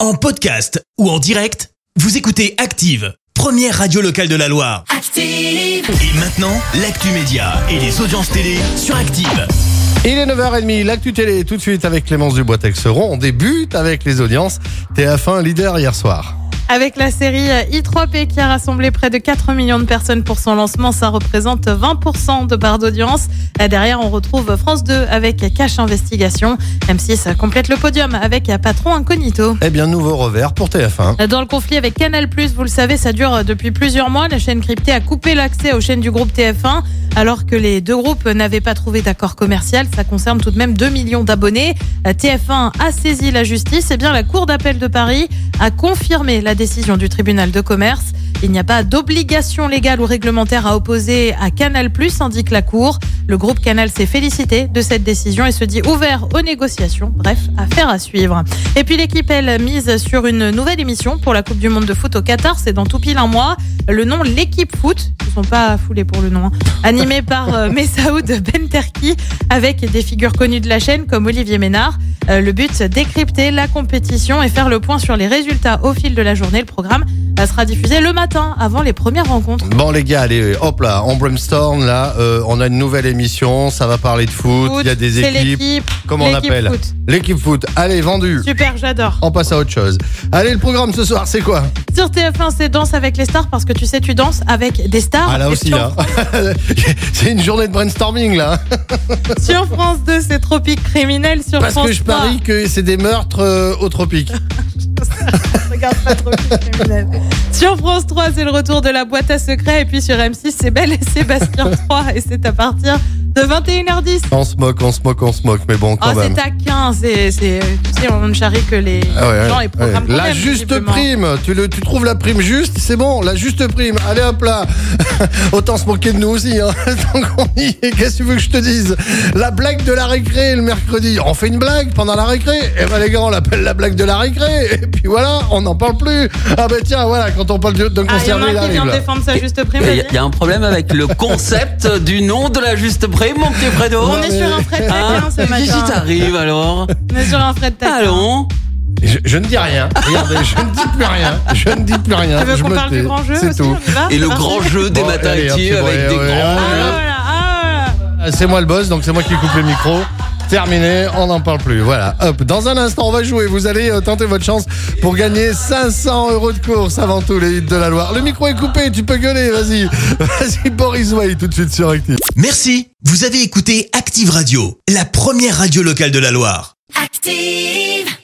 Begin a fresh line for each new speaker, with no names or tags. En podcast ou en direct, vous écoutez Active, première radio locale de la Loire.
Active.
Et maintenant, l'actu média et les audiences télé sur Active.
Il est 9h30, l'actu télé est tout de suite avec Clémence Dubois-Texeron. On débute avec les audiences. TF1 leader hier soir.
Avec la série I3P qui a rassemblé près de 4 millions de personnes pour son lancement, ça représente 20% de part d'audience. Euh, Derrière, on retrouve France 2 avec Cash Investigation. M6 complète le podium avec Patron Incognito.
Eh bien, nouveau revers pour TF1.
Dans le conflit avec Canal+, vous le savez, ça dure depuis plusieurs mois. La chaîne cryptée a coupé l'accès aux chaînes du groupe TF1 alors que les deux groupes n'avaient pas trouvé d'accord commercial. Ça concerne tout de même 2 millions d'abonnés. TF1 a saisi la justice et bien la Cour d'appel de Paris a confirmé la décision du tribunal de commerce. Il n'y a pas d'obligation légale ou réglementaire à opposer à Canal+, indique la Cour. Le groupe Canal s'est félicité de cette décision et se dit ouvert aux négociations. Bref, affaire à suivre. Et puis l'équipe, elle, mise sur une nouvelle émission pour la Coupe du Monde de foot au Qatar. C'est dans tout pile un mois. Le nom, l'équipe foot. Ils sont pas foulés pour le nom. hein. Animé par euh, Messaoud Benterki avec des figures connues de la chaîne comme Olivier Ménard. Euh, Le but, décrypter la compétition et faire le point sur les résultats au fil de la journée. Le programme euh, sera diffusé le matin avant les premières rencontres.
Bon les gars, allez, hop là, on brainstorm là, euh, on a une nouvelle émission, ça va parler de foot, il y a des
c'est
équipes.
l'équipe.
Comment on
l'équipe
appelle
foot.
L'équipe foot, allez, vendu.
Super, j'adore.
On passe à autre chose. Allez, le programme ce soir, c'est quoi
Sur TF1, c'est Danse avec les stars parce que tu sais, tu danses avec des stars.
Ah là
Et
aussi,
sur,
là. c'est une journée de brainstorming là. hein.
sur France 2, c'est Tropique criminel. Sur
Parce
France
que je
3,
parie que c'est des meurtres euh, au tropique.
regarde pas Tropique criminel. Sur France 3, c'est le retour de la boîte à secrets. Et puis sur M6, c'est Belle et Sébastien 3. Et c'est à partir de 21h10.
On se moque, on se moque, on se moque, mais bon, quand
Ah,
même.
c'est taquin, c'est, c'est, tu sais, on ne charrie que les
Ah ouais,
gens
ouais,
et programmes.
ouais.
qu'on
La
aime,
juste
visiblement.
prime, tu, le, tu trouves la prime juste, c'est bon, la juste prime. Allez hop là, autant se moquer de nous aussi. Hein. Tant qu'on y est, qu'est-ce que tu veux que je te dise La blague de la récré le mercredi. On fait une blague pendant la récré. Eh ben les gars, on l'appelle la blague de la récré. Et puis voilà, on n'en parle plus. Ah ben tiens, voilà, quand on parle de- d'un
Ah, il y en
conservé, il
a un qui
arrive
vient
là.
défendre sa juste prime.
Il y,
vas-y.
a- y a un problème avec le concept du nom de la juste prime, mon petit Fredo.
On est sur un frais de taquin
Hein
ce
Qu'est-ce qui
matin.
t'arrive alors
On est sur un frais de hein. taquin.
Allons
Je, je ne dis rien. Regardez, je ne dis plus rien. Je ne dis plus rien.
Tu veux
Je
qu'on
me
parle
tais.
du grand jeu
C'est
aussi,
tout.
hein on y va
Et le
C'est
grand
parti
jeu des
Bon,
matins
allez, hop,
actifs
c'est bon,
avec
allez,
des
allez,
grands.
Ah
allez, hop.
voilà, ah voilà.
C'est moi le boss, donc c'est moi qui coupe le micro. Terminé, on n'en parle plus. Voilà, hop. Dans un instant, on va jouer. Vous allez euh, tenter votre chance pour gagner 500 euros de course avant tout, les hits de la Loire. Le micro est coupé, tu peux gueuler, vas-y. Vas-y, Boris Way, tout de suite sur Active.
Merci, vous avez écouté Active Radio, la première radio locale de la Loire.
Active.